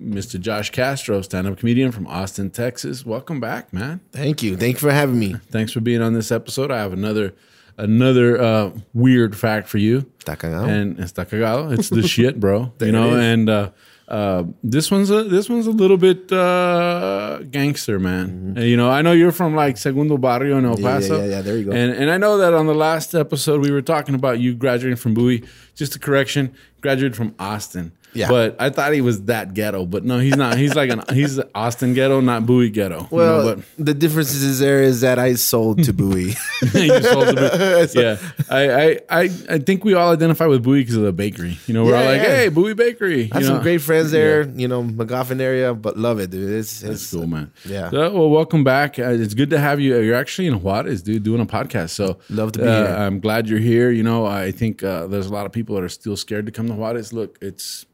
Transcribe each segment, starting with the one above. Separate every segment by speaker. Speaker 1: Mr. Josh Castro, stand up comedian from Austin, Texas. Welcome back, man.
Speaker 2: Thank you. Thank you for having me.
Speaker 1: Thanks for being on this episode. I have another another uh, weird fact for you.
Speaker 2: Está cagado.
Speaker 1: And it's cagado. It's the shit, bro. You know, and uh, uh, this one's a, this one's a little bit uh, gangster, man. And, you know, I know you're from like Segundo Barrio in El
Speaker 2: Mm-hmm. yeah,
Speaker 1: Paso.
Speaker 2: yeah, yeah, there you go.
Speaker 1: And and I know that on the last episode we were talking about you graduating from Bowie. Just a correction, graduated from Austin.
Speaker 2: Yeah.
Speaker 1: But I thought he was that ghetto, but no, he's not. He's like an he's Austin ghetto, not Bowie ghetto. You know,
Speaker 2: Well,
Speaker 1: but-
Speaker 2: the difference is there is that I sold to Bowie.
Speaker 1: You sold the Bowie. yeah, I, I, I, I think we all identify with Bowie because of the bakery. You know, we're all
Speaker 2: Yeah,
Speaker 1: like,
Speaker 2: yeah.
Speaker 1: "Hey, Bowie Bakery."
Speaker 2: I have
Speaker 1: you know?
Speaker 2: some great friends there, you know, McGoffin area, but love it, dude. It's,
Speaker 1: That's
Speaker 2: it's
Speaker 1: cool, man.
Speaker 2: yeah.
Speaker 1: So, well, welcome back. Uh, It's good to have you. You're actually in Juarez, dude, doing a podcast. So
Speaker 2: Love to be
Speaker 1: uh,
Speaker 2: here.
Speaker 1: I'm glad you're here. You know, I think uh, there's a lot of people that are still scared to come to Juarez. Look, it's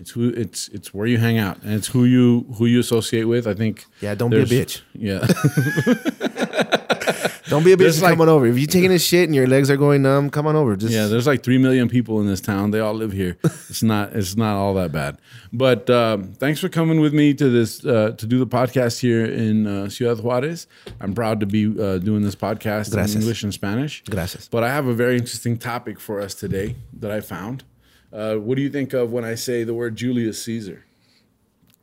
Speaker 1: it's who it's it's where you hang out and it's who you who you associate with. I think.
Speaker 2: Yeah, don't be a
Speaker 1: there's- Yeah.
Speaker 2: don't be a
Speaker 1: There's
Speaker 2: bitch.
Speaker 1: like-
Speaker 2: come on over. If you're taking a shit and your legs are going numb, come on over. Just
Speaker 1: Yeah, there's like three million people in this town. They all live here. It's not it's not all that bad. But um, thanks for coming with me to this uh, to do the podcast here in uh, Ciudad Juarez. I'm proud to be uh, doing this podcast
Speaker 2: Gracias.
Speaker 1: in English and Spanish.
Speaker 2: Gracias.
Speaker 1: But I have a very interesting topic for us today that I found. Uh, what do you think of when I say the word Julius Caesar,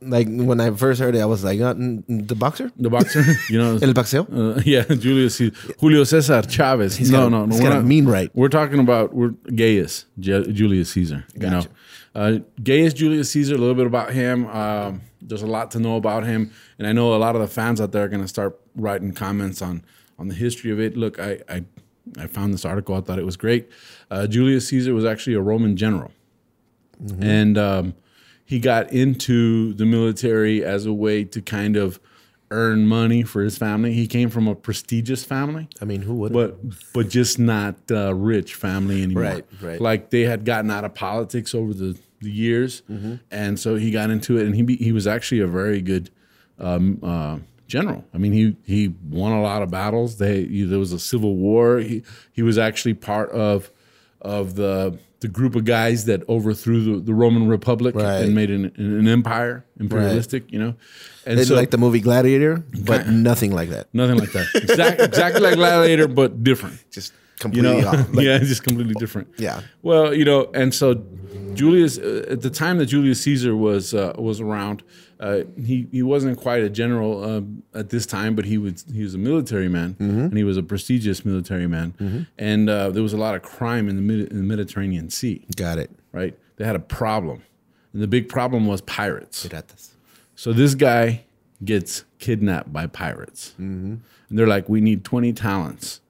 Speaker 2: like when I first heard it, I was like, uh, mm, the boxer,
Speaker 1: the boxer? You know,
Speaker 2: el boxeo.
Speaker 1: Uh, yeah, Julius Caesar, Julio Cesar Chavez. no,
Speaker 2: got a-
Speaker 1: no, no. we're
Speaker 2: he's got a
Speaker 1: not-
Speaker 2: mean right.
Speaker 1: We're talking about we're Gaius, Ju- Julius Caesar. You know,
Speaker 2: Gotcha.
Speaker 1: uh, Gaius Julius Caesar. A little bit about him. Um, there's a lot to know about him, and I know a lot of the fans out there are going to start writing comments on on the history of it. Look, I I, I found this article. I thought it was great. Uh, Julius Caesar was actually a Roman general
Speaker 2: Mm-hmm.
Speaker 1: and um, he got into the military as a way to kind of earn money for his family. He came from a prestigious family,
Speaker 2: I mean, who would?
Speaker 1: but but just not uh, rich family anymore.
Speaker 2: Right, right.
Speaker 1: Like they had gotten out of politics over the, the years,
Speaker 2: Mm-hmm.
Speaker 1: and so he got into it, and he be, he was actually a very good um, uh, general. I mean, he he won a lot of battles. They there was a civil war. He he was actually part of of the the group of guys that overthrew the, the Roman Republic
Speaker 2: Right.
Speaker 1: and made an, an empire, imperialistic, you know, and
Speaker 2: It's
Speaker 1: so
Speaker 2: like the movie Gladiator, but nothing like that.
Speaker 1: nothing like that, exactly, exactly like Gladiator, but different
Speaker 2: Just
Speaker 1: you
Speaker 2: completely
Speaker 1: know
Speaker 2: off. Like,
Speaker 1: yeah it's just completely different
Speaker 2: Yeah.
Speaker 1: well you know and so julius uh, at the time that julius caesar was uh, was around uh, he he wasn't quite a general um at this time but he was he was a military man
Speaker 2: Mm-hmm.
Speaker 1: and he was a prestigious military man and uh, there was a lot of crime in the, Medi- in the mediterranean sea
Speaker 2: Got it.
Speaker 1: right they had a problem and the big problem was pirates
Speaker 2: Piratas.
Speaker 1: so this guy gets kidnapped by pirates,
Speaker 2: Mm-hmm.
Speaker 1: and they're like, "We need twenty talents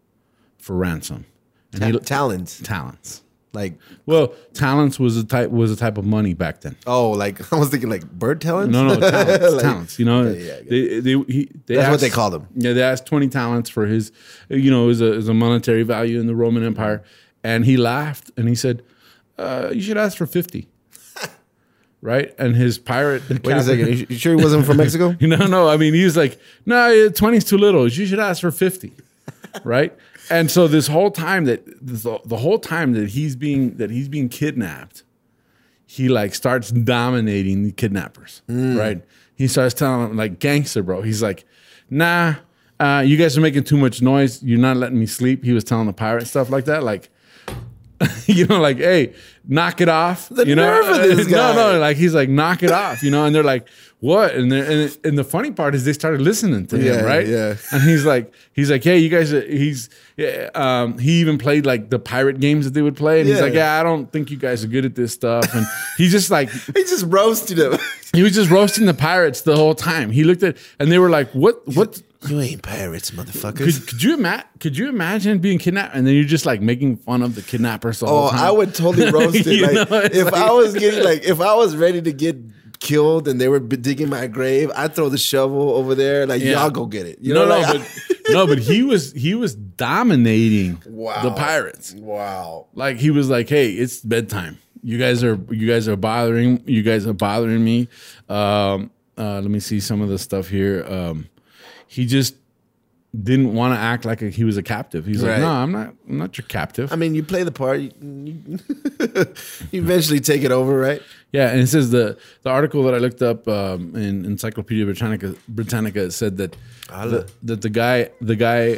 Speaker 1: for ransom." And
Speaker 2: Ta-
Speaker 1: he
Speaker 2: talents.
Speaker 1: talents.
Speaker 2: Like,
Speaker 1: Well, talents was a type was a type of money back then.
Speaker 2: oh, like I was thinking like bird talents.
Speaker 1: No, no, talents.
Speaker 2: Like-
Speaker 1: talents you know,
Speaker 2: yeah, I get
Speaker 1: they, they, he, they
Speaker 2: That's what
Speaker 1: asked-
Speaker 2: they called him.
Speaker 1: Yeah, they asked twenty talents for his, you know, is a is a monetary value in the Roman Empire, and he laughed and he said, uh, "You should ask for 50. right? And his pirate.
Speaker 2: Wait a second. You- You sure he wasn't from Mexico?
Speaker 1: No, no. I mean, he's like, no, 20 is too little. You should ask for 50. right. And so this whole time that the, the whole time that he's being that he's being kidnapped, he like starts dominating the kidnappers.
Speaker 2: Mm.
Speaker 1: Right. He starts telling them like gangster, bro. He's like, nah, uh, you guys are making too much noise. You're not letting me sleep. He was telling the pirate stuff like that. Like, you know, like, hey, knock it off. The you know, Uh,
Speaker 2: nerve of this guy.
Speaker 1: no, no, like he's like, knock it off, you know, and they're like, what? And they're, and, and the funny part is they started listening to
Speaker 2: Yeah,
Speaker 1: him, right?
Speaker 2: yeah.
Speaker 1: And he's like, he's like, hey, you guys, are, he's, yeah, um, he even played like the pirate games that they would play, and he's
Speaker 2: Yeah.
Speaker 1: like, yeah, I don't think you guys are good at this stuff, and he's just like,
Speaker 2: He just roasted him.
Speaker 1: he was just roasting the pirates the whole time. He looked at, and they were like, what, what?
Speaker 2: you ain't pirates, motherfuckers.
Speaker 1: Could, could you imagine? Could you imagine being kidnapped and then you're just like making fun of the kidnappers the
Speaker 2: Oh,
Speaker 1: whole time?
Speaker 2: I would totally roast it.
Speaker 1: You
Speaker 2: Like,
Speaker 1: know, it's
Speaker 2: if
Speaker 1: like-
Speaker 2: I was getting like, if I was ready to get killed and they were b- digging my grave, I'd throw the shovel over there. Like
Speaker 1: Yeah.
Speaker 2: y'all go get it. You
Speaker 1: no,
Speaker 2: know,
Speaker 1: no,
Speaker 2: like,
Speaker 1: but no, but he was he was dominating
Speaker 2: Wow.
Speaker 1: the pirates.
Speaker 2: wow.
Speaker 1: Like he was like, "Hey, it's bedtime. You guys are you guys are bothering you guys are bothering me." Um, uh, let me see some of the stuff here. Um, he just didn't want to act like he was a captive. He's
Speaker 2: Right.
Speaker 1: like, "No, I'm not. I'm not your captive."
Speaker 2: I mean, you play the part. You, you you eventually take it over, right?
Speaker 1: Yeah, and it says the the article that I looked up um, in Encyclopedia Britannica Britannica it said that
Speaker 2: Allah.
Speaker 1: the, that the guy the guy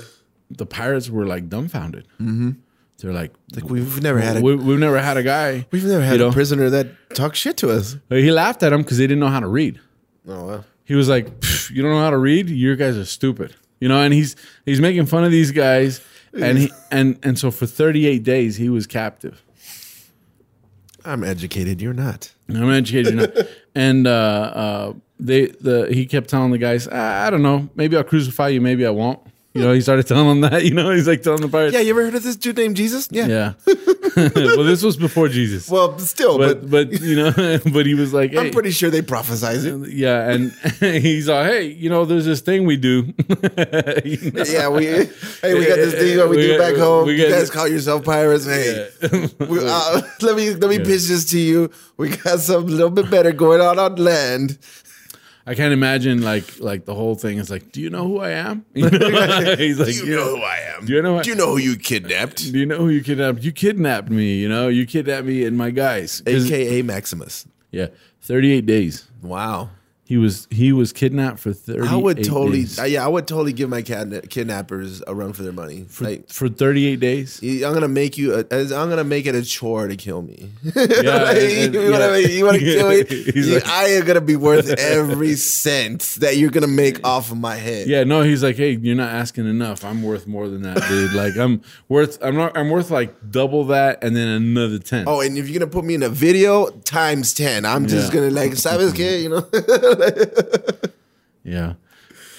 Speaker 1: the pirates were like dumbfounded. Mm-hmm. They're like,
Speaker 2: Like we've never had a
Speaker 1: we, we've never had a guy.
Speaker 2: we've never had
Speaker 1: you
Speaker 2: a
Speaker 1: know?
Speaker 2: prisoner that talked shit to us.
Speaker 1: He laughed at him because they didn't know how to read.
Speaker 2: Oh well.
Speaker 1: He was like, "Pff, "You don't know how to read? You guys are stupid." You know, and he's he's making fun of these guys, and he and and so for thirty eight days he was captive.
Speaker 2: I'm educated. You're not.
Speaker 1: I'm educated enough. And uh, uh, they the he kept telling the guys, I, I don't know, maybe I'll crucify you, maybe I won't. You know, he started telling them that. You know, he's like telling the pirates,
Speaker 2: Yeah, you ever heard of this dude named Jesus? Yeah.
Speaker 1: yeah. well, this was before Jesus,
Speaker 2: Well, still, but,
Speaker 1: but but you know, but he was like,
Speaker 2: I'm
Speaker 1: "Hey."
Speaker 2: pretty sure they prophesize it.
Speaker 1: yeah, and he's like, hey, you know, there's this thing we do. You know?
Speaker 2: Yeah, we hey, we got this thing that we,
Speaker 1: We
Speaker 2: do
Speaker 1: got-
Speaker 2: back home.
Speaker 1: we
Speaker 2: you
Speaker 1: got-
Speaker 2: guys call yourself pirates. Hey, we, uh, let me let me pitch this to you. We got something a little bit better going on on land.
Speaker 1: I can't imagine like like the whole thing is like, do you know who I am? You know? he's like,
Speaker 2: You know who I am.
Speaker 1: Do you know who I-
Speaker 2: Do you know who you kidnapped?
Speaker 1: do you know who you kidnapped? You kidnapped me, you know, you kidnapped me and my guys. 'Cause-
Speaker 2: AKA Maximus.
Speaker 1: Yeah, thirty-eight days.
Speaker 2: Wow.
Speaker 1: He was he was kidnapped for thirty.
Speaker 2: I would totally,
Speaker 1: days.
Speaker 2: uh, yeah, I would totally give my kidna- kidnappers a run for their money. like,
Speaker 1: for thirty-eight days.
Speaker 2: you- I'm gonna make you, a, as- I'm gonna make it a chore to kill me.
Speaker 1: Yeah,
Speaker 2: Like,
Speaker 1: and-
Speaker 2: you
Speaker 1: and-
Speaker 2: wanna
Speaker 1: yeah.
Speaker 2: make- you want to kill me?
Speaker 1: He's
Speaker 2: You-
Speaker 1: like-
Speaker 2: I am gonna be worth every cent that you're gonna make off of my head.
Speaker 1: Yeah, no, he's like, hey, you're not asking enough. I'm worth more than that, dude. like I'm worth I'm not I'm worth like double that and then another ten.
Speaker 2: Oh, and if you're gonna put me in a video, times ten. I'm just
Speaker 1: Yeah.
Speaker 2: gonna like Cyrus kid, you know.
Speaker 1: Yeah.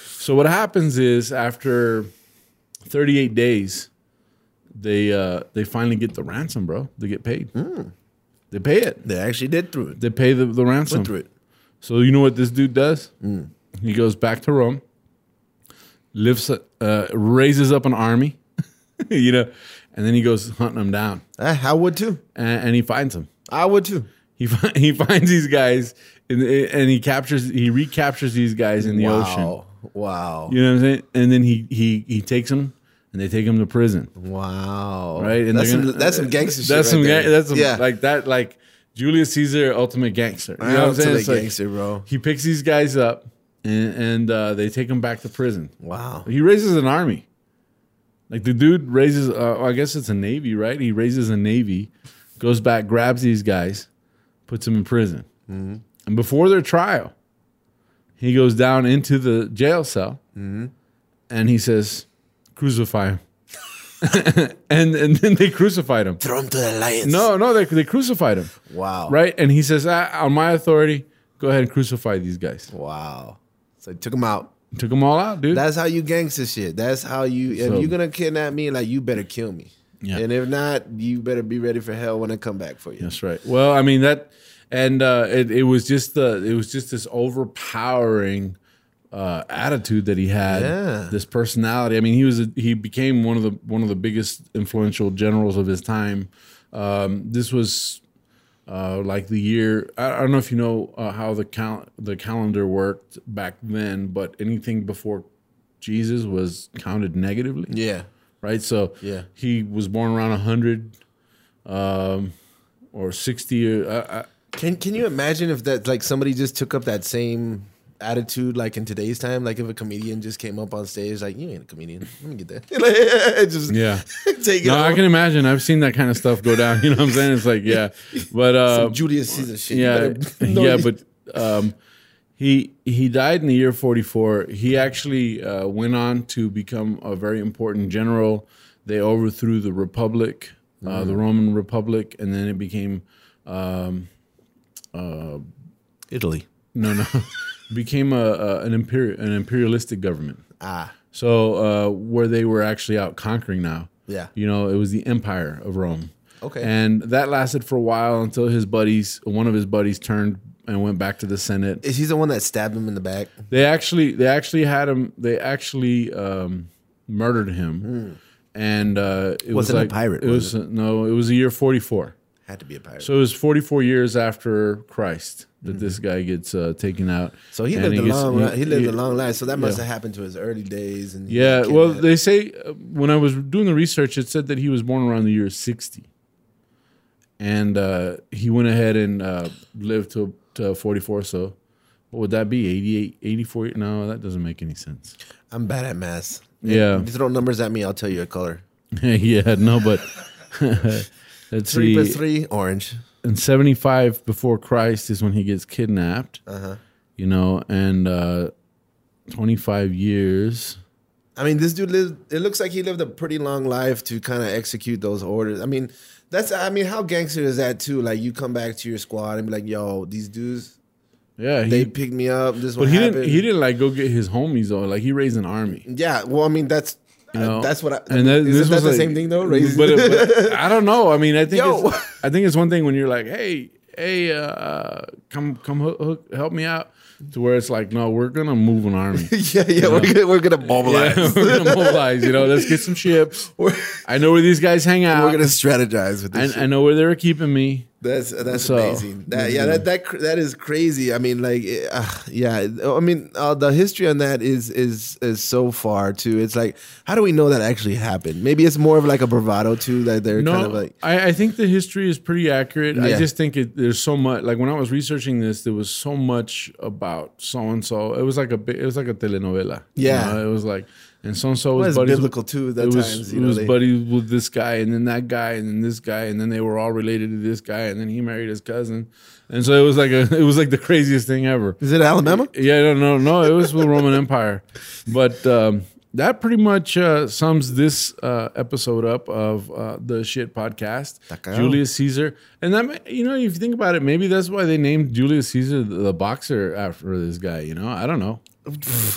Speaker 1: So what happens is after 38 days, they uh they finally get the ransom, bro. They get paid.
Speaker 2: Hmm.
Speaker 1: They pay it.
Speaker 2: they actually did through it.
Speaker 1: They pay the, the ransom.
Speaker 2: Through Hmm. it.
Speaker 1: So you know what this dude does? He goes back to Rome, lifts, a- uh, raises up an army, you know, and then he goes hunting them down,
Speaker 2: I, I would too.
Speaker 1: and, and he finds them.
Speaker 2: I would too.
Speaker 1: He fi- he finds these guys, and, and he captures, he recaptures these guys in the ocean.
Speaker 2: wow. Wow.
Speaker 1: You know what I'm saying? And then he he he takes them, and they take them to prison,
Speaker 2: Wow.
Speaker 1: right? And
Speaker 2: that's,
Speaker 1: they're
Speaker 2: some,
Speaker 1: gonna- uh,
Speaker 2: that's some gangster
Speaker 1: That's
Speaker 2: shit.
Speaker 1: some
Speaker 2: right
Speaker 1: ga-
Speaker 2: there.
Speaker 1: that's some,
Speaker 2: yeah.
Speaker 1: like that like Julius Caesar, ultimate gangster. You know what I'm saying?
Speaker 2: Ultimate
Speaker 1: It's like-
Speaker 2: gangster, bro.
Speaker 1: He picks these guys up and, and uh, they take them back to prison.
Speaker 2: Wow.
Speaker 1: He raises an army. Like the dude raises, uh, I guess it's a navy, right? He raises a navy, goes back, grabs these guys, puts them in prison. And before their trial, he goes down into the jail cell and he says, crucify him. and, and then they crucified him.
Speaker 2: Throw him to the lions.
Speaker 1: No, no, they, they crucified him.
Speaker 2: Wow.
Speaker 1: Right? And he says, ah, on my authority, go ahead and crucify these guys.
Speaker 2: Wow. So I took him out.
Speaker 1: Took them all out, dude.
Speaker 2: That's how you gangster shit. That's how you. If
Speaker 1: So-
Speaker 2: you're gonna kidnap me, like you better kill me.
Speaker 1: Yeah.
Speaker 2: And if not, you better be ready for hell when I come back for you.
Speaker 1: That's right. Well, I mean that, and uh, it, it was just the it was just this overpowering uh, attitude that he had.
Speaker 2: Yeah.
Speaker 1: This personality. I mean, he was a, he became one of the one of the biggest influential generals of his time. Um, this was. Uh, like the year, I, I don't know if you know uh, how the cal- the calendar worked back then, but anything before Jesus was counted negatively
Speaker 2: Yeah.
Speaker 1: right? So
Speaker 2: Yeah.
Speaker 1: he was born around 100 um, or 60. Or, I, I,
Speaker 2: Can Can you imagine if that like somebody just took up that same attitude like in today's time? Like if a comedian just came up on stage, like you ain't a comedian. Let me get that. Like, just
Speaker 1: yeah.
Speaker 2: take it.
Speaker 1: No, I
Speaker 2: over.
Speaker 1: can imagine. I've seen that kind of stuff go down. You know what I'm saying? It's like, yeah, but uh,
Speaker 2: Julius Caesar shit. You
Speaker 1: yeah,
Speaker 2: better- No,
Speaker 1: yeah,
Speaker 2: you-
Speaker 1: but um, he he died in the year 44. He actually uh, went on to become a very important general. They overthrew the republic, uh, the Roman Republic, and then it became um,
Speaker 2: Italy.
Speaker 1: no, no, became a, a an imperial an imperialistic government.
Speaker 2: Ah,
Speaker 1: So uh, where they were actually out conquering now.
Speaker 2: Yeah.
Speaker 1: You know, it was the empire of Rome.
Speaker 2: Okay.
Speaker 1: And that lasted for a while until his buddies, one of his buddies turned and went back to the Senate.
Speaker 2: Is he the one that stabbed him in the back?
Speaker 1: They actually they actually had him. They actually um, murdered him, and uh, it was
Speaker 2: Hmm. Wasn't a
Speaker 1: like,
Speaker 2: pirate,
Speaker 1: It
Speaker 2: was
Speaker 1: was no, it was the year forty four.
Speaker 2: Had to be a pirate.
Speaker 1: So
Speaker 2: So,
Speaker 1: it was forty four years after Christ that this guy gets uh, taken out.
Speaker 2: Hmm. he
Speaker 1: And
Speaker 2: lived a
Speaker 1: gets-
Speaker 2: long li- he, lived
Speaker 1: he-
Speaker 2: a long life. So that must have happened to his early days. And he
Speaker 1: Yeah,
Speaker 2: got
Speaker 1: well,
Speaker 2: kidnapped.
Speaker 1: they say uh, when I was doing the research, it said that he was born around the year sixty, and uh, he went ahead and uh, lived to to forty four. So, what would that be 88, 84? No, that doesn't make any sense.
Speaker 2: I'm bad at math.
Speaker 1: Yeah,
Speaker 2: You throw numbers at me, I'll tell you a color.
Speaker 1: yeah, no, but let's see.
Speaker 2: Three plus three, orange.
Speaker 1: And seventy five before Christ is when he gets kidnapped.
Speaker 2: Uh-huh.
Speaker 1: You know, and uh, twenty five years.
Speaker 2: I mean, this dude lived. It looks like he lived a pretty long life to kind of execute those orders. I mean, that's. I mean, how gangster is that too? Like, you come back to your squad and be like, "Yo, these dudes,
Speaker 1: Yeah, he,
Speaker 2: they picked me up. This
Speaker 1: but
Speaker 2: what
Speaker 1: he
Speaker 2: happened."
Speaker 1: didn't. He didn't like go get his homies though. Like he raised an army.
Speaker 2: yeah. Well, I mean, that's
Speaker 1: know?
Speaker 2: that's what. I,
Speaker 1: And that,
Speaker 2: isn't
Speaker 1: this
Speaker 2: that
Speaker 1: was
Speaker 2: the
Speaker 1: like-
Speaker 2: same thing though? Raising,
Speaker 1: But, but I don't know. I mean, I think
Speaker 2: Yo.
Speaker 1: it's, I think it's one thing when you're like, hey, hey, uh, come come hook, hook, help me out, to where it's like, no, we're gonna move an army.
Speaker 2: yeah, yeah. We're gonna, we're gonna mobilize.
Speaker 1: Yeah, we're gonna mobilize. You know, let's get some ships.
Speaker 2: We're,
Speaker 1: I know where these guys hang out.
Speaker 2: we're gonna strategize with this.
Speaker 1: I,
Speaker 2: shit.
Speaker 1: I know where they were keeping me.
Speaker 2: That's that's
Speaker 1: So,
Speaker 2: amazing. That, yeah, that that cr- that is crazy. I mean, like, it- uh, yeah. I mean, uh, the history on that is is is so far too. It's like, how do we know that actually happened? Maybe it's more of like a bravado too. That they're
Speaker 1: No,
Speaker 2: kind of like,
Speaker 1: I, I think the history is pretty accurate. I
Speaker 2: Yeah.
Speaker 1: just think it, there's so much. Like when I was researching this, there was so much about so and so. It was like a bi- it was like a telenovela. you
Speaker 2: Yeah.
Speaker 1: know? it was like and so and so
Speaker 2: well, it's
Speaker 1: was buddies.
Speaker 2: biblical too. That
Speaker 1: it was
Speaker 2: times,
Speaker 1: it
Speaker 2: you know,
Speaker 1: was
Speaker 2: they-
Speaker 1: buddies with this guy and then that guy and then this guy and then they were all related to this guy and then he married his cousin. And so it was like a it was like the craziest thing ever.
Speaker 2: Is it Alabama?
Speaker 1: Yeah, no, no, no. It was the Roman Empire, but um, that pretty much uh, sums this uh, episode up of uh, the shit podcast.
Speaker 2: Taco.
Speaker 1: Julius Caesar, and that may- you know, if you think about it, maybe that's why they named Julius Caesar the, the boxer after this guy. You know, I don't know. eh,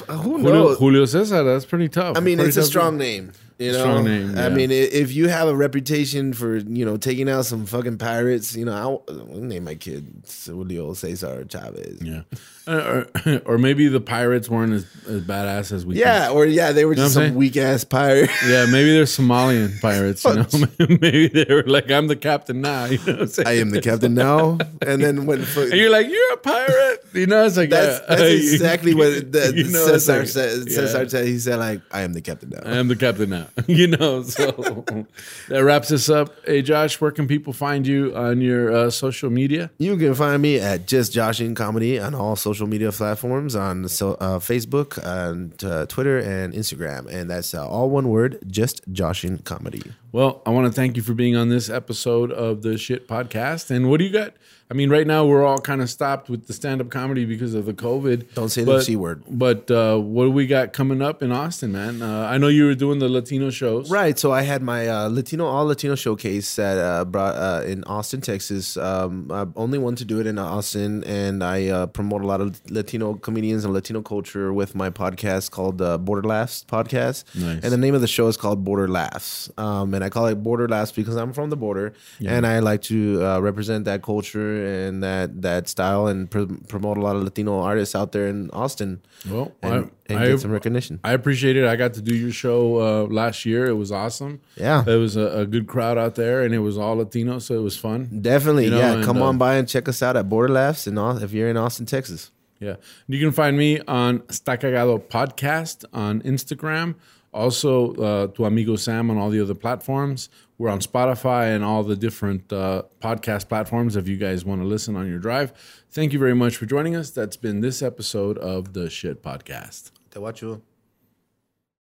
Speaker 2: Uh, Who
Speaker 1: Julio,
Speaker 2: knows?
Speaker 1: Julio Cesar, that's pretty tough.
Speaker 2: I mean,
Speaker 1: Pretty
Speaker 2: it's a
Speaker 1: tough-
Speaker 2: strong name. You know,
Speaker 1: Strong name, yeah.
Speaker 2: I mean, i- if you have a reputation for you know taking out some fucking pirates, you know, I'll, I'll name my kid Julio Cesar Chavez.
Speaker 1: Yeah, Uh, or, or maybe the pirates weren't as, as badass as we.
Speaker 2: Yeah, or yeah, they were just
Speaker 1: what I'm
Speaker 2: some
Speaker 1: saying?
Speaker 2: weak ass pirate.
Speaker 1: think. Yeah, maybe they're Somalian pirates. You know, maybe they were like, "I'm the captain now." You know, what I'm saying?
Speaker 2: I am the captain now. And then when
Speaker 1: And you're like, you're a pirate. You know, it's like
Speaker 2: that's,
Speaker 1: yeah.
Speaker 2: that's exactly what the,
Speaker 1: You know, it's
Speaker 2: Cesar
Speaker 1: like,
Speaker 2: said.
Speaker 1: yeah.
Speaker 2: Cesar said he said like, I am the captain now.
Speaker 1: I am the captain now. you know, so that wraps us up. Hey, Josh, where can people find you on your uh, social media?
Speaker 2: You can find me at Just Joshing Comedy on all social media platforms on so, uh, Facebook, and uh, Twitter, and Instagram, and that's uh, all one word: Just Joshing Comedy.
Speaker 1: Well, I want to thank you for being on this episode of the Shit Podcast. And what do you got? I mean, right now we're all kind of stopped with the stand-up comedy because of the COVID.
Speaker 2: Don't say the
Speaker 1: but,
Speaker 2: C word.
Speaker 1: But uh, what do we got coming up in Austin, man? Uh, I know you were doing the Latino shows.
Speaker 2: Right. So I had my uh, Latino all Latino showcase that uh, brought uh, in Austin, Texas. Um, I'm only one to do it in Austin, and I uh, promote a lot of Latino comedians and Latino culture with my podcast called uh, Border Laughs Podcast.
Speaker 1: Nice.
Speaker 2: And the name of the show is called Border Laughs, um, and I call it Border Laughs because I'm from the border, and I like to uh, represent that culture and that that style, and pr- promote a lot of Latino artists out there in Austin,
Speaker 1: Well,
Speaker 2: and,
Speaker 1: I,
Speaker 2: and
Speaker 1: I-
Speaker 2: get some recognition.
Speaker 1: I appreciate it. I got to do your show uh, last year. It was awesome.
Speaker 2: Yeah.
Speaker 1: It was a, a good crowd out there, and it was all Latino, so it was fun.
Speaker 2: Definitely,
Speaker 1: You know,
Speaker 2: yeah.
Speaker 1: and,
Speaker 2: Come on
Speaker 1: uh,
Speaker 2: by and check us out at Border Laughs, and if you're in Austin, Texas.
Speaker 1: Yeah. You can find me on Stacagado Podcast on Instagram. Also, uh, Tu Amigo Sam on all the other platforms. We're on Spotify and all the different uh, podcast platforms if you guys want to listen on your drive. Thank you very much for joining us. That's been this episode of The Shit Podcast.
Speaker 2: Te watch you.